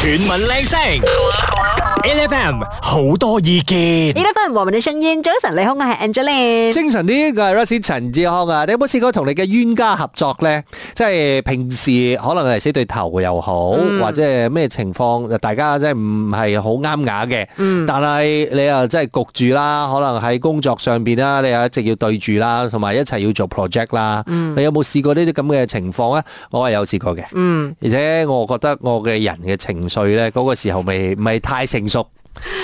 全民靚聲，LFM 好多意見呢。一份和民嘅聲音，早晨你好，我係 Angeline。精神啲，我係 r u s s 陳志康啊！你有冇試過同你嘅冤家合作咧？即係平時可能係死對頭又好，或者係咩情況，大家即係唔係好啱眼嘅。但係你又真係焗住啦，可能喺工作上邊啦，你又一直要對住啦，同埋一齊要做 project 啦。你有冇試過呢啲咁嘅情況啊？我係有試過嘅，嗯，而且我覺得我嘅人嘅情緒咧，嗰、個時候未唔係太成熟。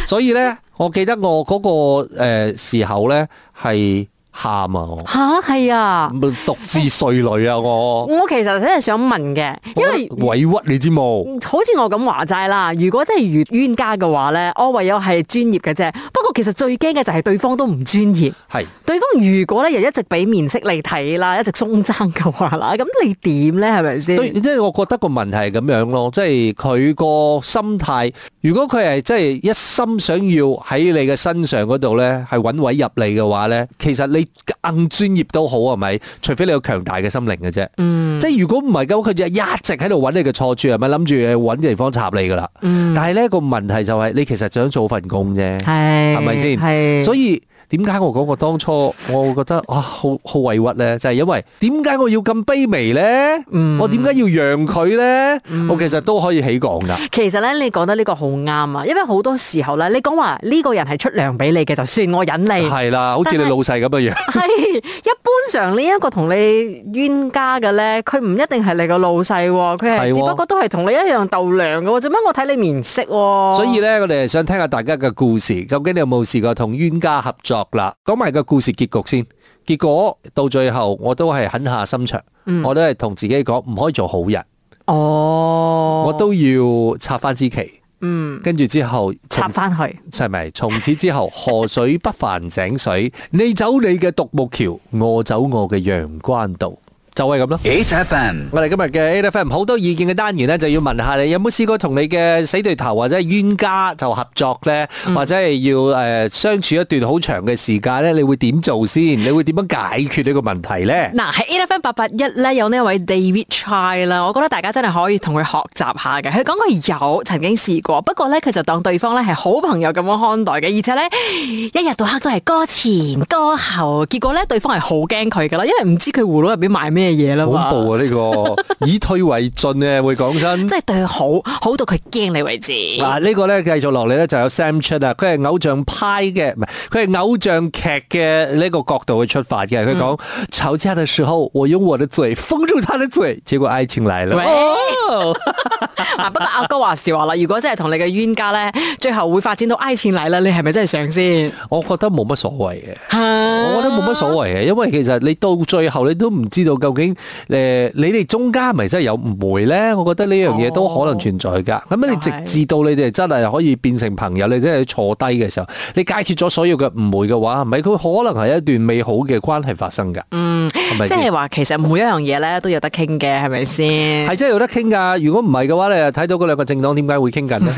所以咧，我記得我嗰、個誒、呃、時候咧係喊啊，我吓係啊，獨自碎淚啊，我我其實真係想問嘅，因為我覺得委屈你知冇？好似我咁話齋啦，如果真係遇冤家嘅話咧，我唯有係專業嘅啫。不過其實最驚嘅就係對方都唔專業，係對方如果咧又一直俾面色你睇啦，一直鬆爭嘅話啦，咁你點咧？係咪先？對，即係我覺得個問題係咁樣咯，即係佢個心態。如果佢係真係一心想要喺你嘅身上嗰度咧，係揾位入嚟嘅話咧，其實你硬專業都好係咪？除非你有強大嘅心靈嘅啫。嗯，即係如果唔係咁，佢就一直喺度揾你嘅錯處係咪？諗住揾地方插你噶啦。但係咧個問題就係、你其實想做份工啫。係係咪先係，所以點解我講我當初我會覺得啊好好委屈咧，就係、因為點解我要咁卑微咧？我點解要讓佢咧？我其實都可以起講噶，其實咧，你講得呢個好啱啊，因為好多時候咧，你講話呢個人係出糧俾你嘅，就算我忍你。係啦，好似你但係老細咁嘅樣。 係一般上呢一個同你冤家嘅咧，佢唔一定係你個老細喎，佢係係喎只不過都係同你一樣鬥糧嘅喎，做乜我睇你面色喎？所以咧，我哋係想聽下大家嘅故事，究竟你有冇試過同冤家合作啦？講埋個故事結局先。結果到最後，我都係狠下心腸，我都係同自己講唔可以做好人，哦，我都要插翻支旗。嗯跟住之後插翻去，係咪？從此之後，河水不犯井水，你走你嘅獨木橋，我走我嘅陽關道，就係咁咯。 HFM 我哋今日嘅 A F M 好多意見嘅單元咧，就要問下你有冇試過同你嘅死對頭或者係冤家就合作呢？或者係要誒、呃相處一段好長嘅時間呢？你會點做先？你會點樣解決呢個問題呢？嗱喺 A F M 八八一咧有呢一位 David Chai 啦，我覺得大家真係可以同佢學習下嘅。佢講佢有曾經試過，不過咧佢就當對方咧係好朋友咁樣看待嘅，而且咧一日到黑都係歌前歌後，結果咧對方係好驚佢噶啦，因為唔知佢葫蘆入邊賣咩嘢啦恐嘛。怖啊！呢、個以退為進咧，會講真。即係對佢好，好到佢驚你為止。嗱，呢個咧繼續落嚟咧就有 Sam 出啊，佢係偶像派嘅，唔係佢係偶像劇嘅呢個角度去出發嘅。佢講吵架嘅時候，我用我的嘴封住他的嘴，結果愛情來了。喂哦嗱，啊不過阿哥話時話啦，如果真係同你嘅冤家咧，最後會發展到挨錢嚟啦，你係咪真係上先？啊我覺得冇乜所謂嘅。 我我覺得冇乜所謂嘅，因為其實你到最後你都唔知道究竟誒、呃你哋中間係咪真係有誤會咧？我覺得呢樣嘢都可能存在㗎。咁、你又係直至到你哋真係可以變成朋友，你真係坐低嘅時候，你解決咗所有嘅誤會嘅話，係咪佢可能係一段美好嘅關係發生㗎？嗯，係咪即先？係話其實每一樣嘢咧都有得傾嘅，係咪先？係真係有得傾㗎。如果唔係嘅話，你又睇到嗰兩個政黨點解會傾緊呢？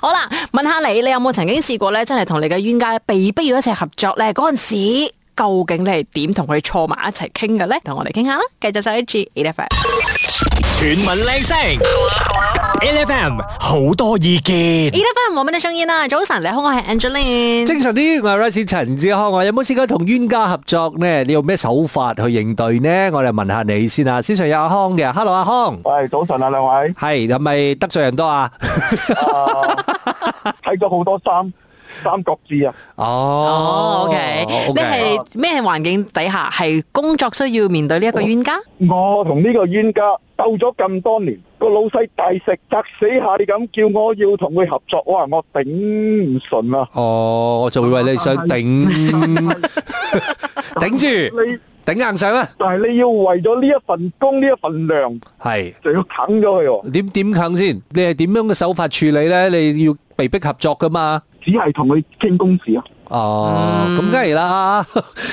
好啦，問下你，你有冇曾經試過咧，真係同你嘅冤家被逼要一齊合作咧？嗰陣時究竟你係點同佢坐埋一齊傾嘅咧？同我哋傾下啦，繼續收一 G e l e v e n 全民靚聲，LFM 好多意見 e。l e v e n 冇乜聲音啦。早晨，你好，我係 Angeline。精神啲，我係 Rice 陳志康，我有冇試過同冤家合作呢？你用咩手法去應對呢？我哋問下你先啊。先上有阿康嘅，Hello 阿康。，喂，早晨啊，兩位係係咪得罪人多啊？啊睇咗好多三三國志啊，哦哦，OK，你係咩環境底下係工作需要面對呢一個冤家？我同呢個冤家鬥咗咁多年，個老細大石砸死下你咁，叫我要同佢合作，哇，我頂唔順啊！哦，我就會為你想 嗯頂頂住，你頂硬上啊！但係你要為咗呢一份工呢一份糧，係就要啃咗佢喎。點點啃先？你係點樣嘅手法處理咧？你要被逼合作噶嘛？只係同佢傾公事啊！哦，咁梗係啦，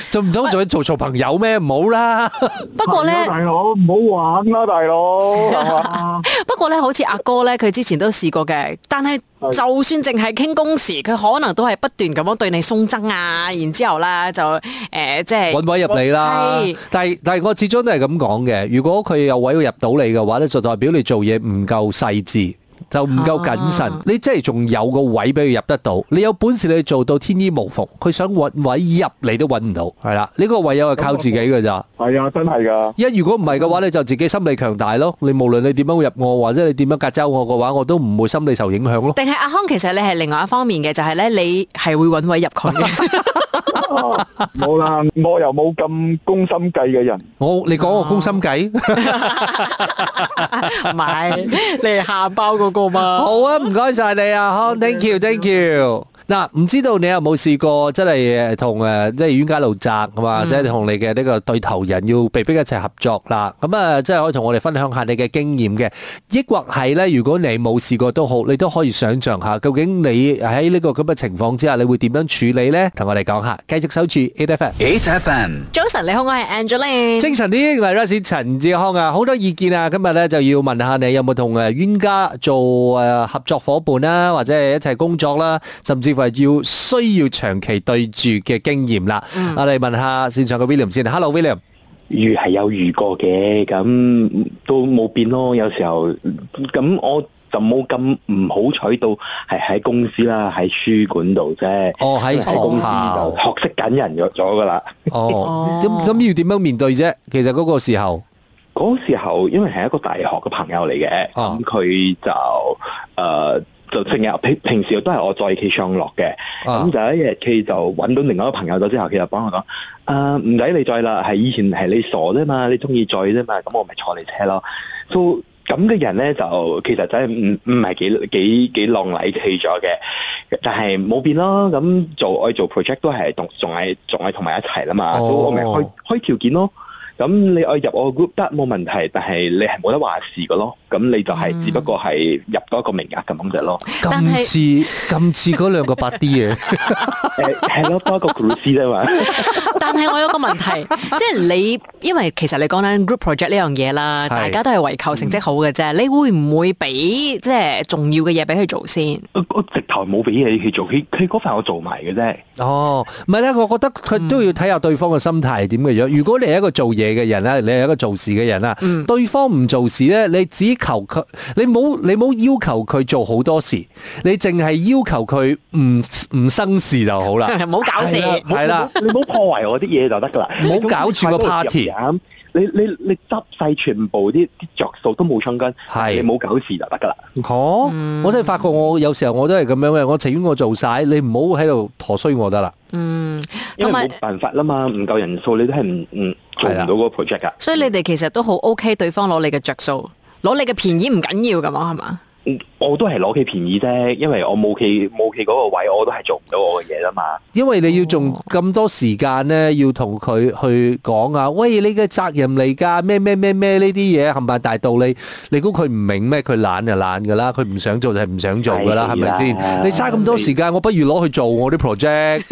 做唔到仲要做做朋友咩？唔好啦，不過呢，哎啊大佬唔好玩啦，大 佬係嘛不過呢，好似阿哥呢，佢之前都試過嘅，但係係就算淨係傾工時，佢可能都係不斷咁樣對你鬆爭啊，然之後呢，就誒、呃即係揾位入嚟啦係。但係但係我始終都係咁講嘅。如果佢有位入到你嘅話咧，就代表你做嘢唔夠細緻。就唔夠謹慎。啊你即係仲有個位俾佢入得到，你有本事你做到天衣無縫，佢想揾位入你都揾唔到，係啦。呢、個唯有係靠自己嘅咋。係啊，真係 㗎。一如果唔係嘅話，你就自己心理強大咯。你無論你點樣入我，或者你點樣隔周我嘅話，我都唔會心理受影響咯。定係阿康，其實你係另外一方面嘅，就係咧，你係會揾位入佢嘅。冇啦，我又冇咁攻心計嘅人。我你講我啊攻心計，唔係，你係下包嗰個嘛？好啊，唔該晒你啊康，thank you，thank you。嗱，唔知道你有冇試過真係誒呃同誒即係冤家路窄，或者你同你嘅呢個對頭人要被逼一齊合作啦？咁啊，即係可以同我哋分享下你嘅經驗嘅，抑或係咧，如果你冇試過都好，你都可以想像下，究竟你喺呢個咁嘅情況之下，你會點樣處理呢？同我哋講下，繼續守住 A F M。 8FM 早晨，你好，我係 Angeline。精神啲，我係 Rice 陳志康啊，好多意見啊，今日咧就要問下你有冇同誒冤家做誒合作伙伴啦，或者係一齊工作啦，甚至乎係要需要長期對住嘅經驗啦。我哋問下線上嘅 William 先，Hello William，遇係有遇過嘅，咁都冇變咯。有時候咁我就冇咁唔好彩到係喺公司啦，喺書館度啫。哦喺喺公學司校就，學識緊人咗咗噶啦。哦哦，咁咁要點樣面對啫？其實嗰個時候，嗰時候因為係一個大學嘅朋友嚟嘅，哦咁佢、就誒、呃就成日平平時都係我載佢上落嘅。啊咁就有一日佢就揾到另外一個朋友咗之後，佢就幫我講：啊，唔抵你載啦，係以前係你傻啫嘛，你中意載啫嘛，咁我咪坐你車咯。So 咁嘅人咧就其實真係唔唔係幾幾幾浪禮氣咗嘅，但係冇變咯。咁做我哋做 project 都係同仲係仲係同埋一齊啦嘛，哦咁我咪開開條件咯。咁你愛入我 group 得冇問題，但係你係冇得話事嘅咯。咁你就係、嗯只不過係入多一個名額 咁啫咯。但咁係似咁似嗰兩個八 D 嘅，誒係咯，多一個 group 師啫嘛。但係我有個問題，即係你，因為其實你講緊 group project 呢樣嘢啦，係大家都係為求成績好嘅啫。你會唔會俾即係重要嘅嘢俾佢做先？ 我我直頭冇俾嘢去做，佢佢嗰份我做埋嘅啫。哦，唔係咧，我覺得佢都要睇下對方嘅心態係點嘅樣。如果你係一個做嘢嘅人啦，你係一個做事嘅人啦，對方唔做事咧，你只求佢，你冇你冇要求佢做好多事，你淨係要求佢唔唔生事就 好啦。唔好搞事。唔好係啦，你唔好破壞我啲嘢就得噶啦。唔好搞住個 party 咁你你你執晒全部啲啲着數都冇充根，係你冇搞事就得噶啦。哦，我真係發覺我有時候我都係咁樣嘅，我情願我做晒，你唔好喺度陀衰我得啦。嗯，因同為埋冇辦法啦嘛，唔夠人數你都係唔唔做唔係啦到嗰個 project 噶。所以你哋其實都好 OK，對方攞你嘅着數，攞你嘅便宜唔緊要咁嘛，係嘛？嗯我都係攞佢便宜啫，因為我冇佢冇佢嗰個位，我都係做唔到我嘅嘢啦嘛。因為你要用咁多時間咧，要同佢去講啊，喂，你嘅責任嚟㗎，咩咩咩咩呢啲嘢冚唪唥大道理，你估佢唔明咩？佢懶就懶㗎啦，佢唔想做就係唔想做㗎啦，係係咪啦先？你嘥咁多時間，我不如攞去做我啲 project，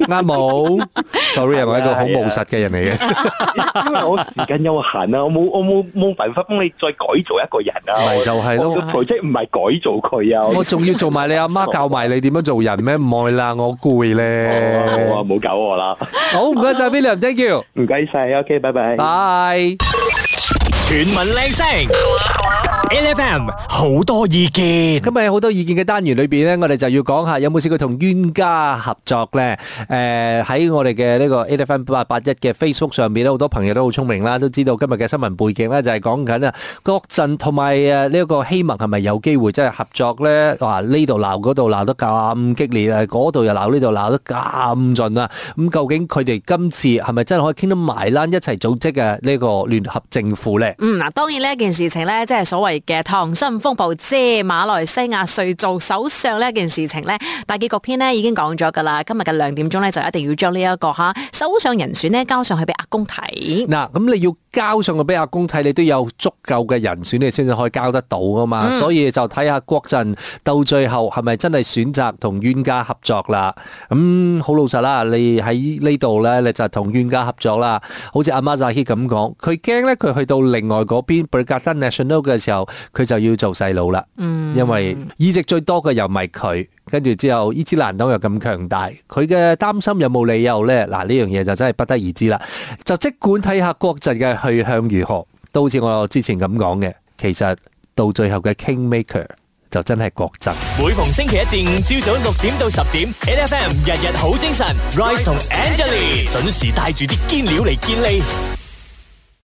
啱冇？Sorry 啊，我係一個好務實嘅人 嚟嘅，因為我時間有限啊啦，我冇我冇冇辦法幫你再改造一個人啊。咪就係我個咯。 project 唔係改造佢啊，我仲要做埋你阿媽教埋你點樣做人咩？唔愛啦，我攰 我啊咧。冇搞我啦，好，唔該晒 William，thank you，唔該晒，OK，拜拜。拜。 chuyển mình lên sóng, LFM, nhiều ý kiến. 今日有好多意見嘅單元裏邊咧，我哋就要講下有冇試過同冤家合作咧？誒、喺我哋嘅呢個 A F M 八八一嘅 Facebook 上面咧，好多朋友都好聰明啦，都知道今日嘅新聞背景咧就係講緊啊國陣同埋誒呢一個希盟係咪有機會真係合作咧？哇！呢度鬧嗰度鬧得咁激烈啊，嗰度又鬧呢度鬧得咁盡啊！咁究竟佢哋今次係咪真係可以傾得埋啦？一齊組織嘅呢個聯合政府咧？嗯，嗱，當然呢件事情呢，即係所謂嘅溏心風暴遮馬來西亞瑞做首相呢件事情呢，大結局篇呢已經講咗㗎啦。今日嘅兩點鐘呢，就一定要將呢一個嚇首相人選呢交上去俾阿公睇。嗱，咁你要交上去俾阿公睇，你都有足夠嘅人選，你先至可以交得到噶嘛。所以就睇下國陣到最後係咪真係選擇同冤家合作啦。咁、好老實啦，你喺呢度咧，你就同冤家合作啦。好似阿媽扎希咁講，佢驚咧，佢去到另外嗰邊 b r i g a d a National 嘅時候，佢就要做細佬啦。因為議席最多嘅又唔係佢。跟住之後，伊斯蘭黨又咁強大，佢嘅擔心有冇理由呢？嗱，呢樣嘢就真係不得而知啦。就即管睇下國陣嘅去向如何，都好似我之前咁講嘅，其實到最後嘅 Kingmaker 就真係國憎。每逢星期一至五朝早六點到十點，N F M 日日好精神，Rise 同 Angelie 準時帶住啲堅料嚟健利。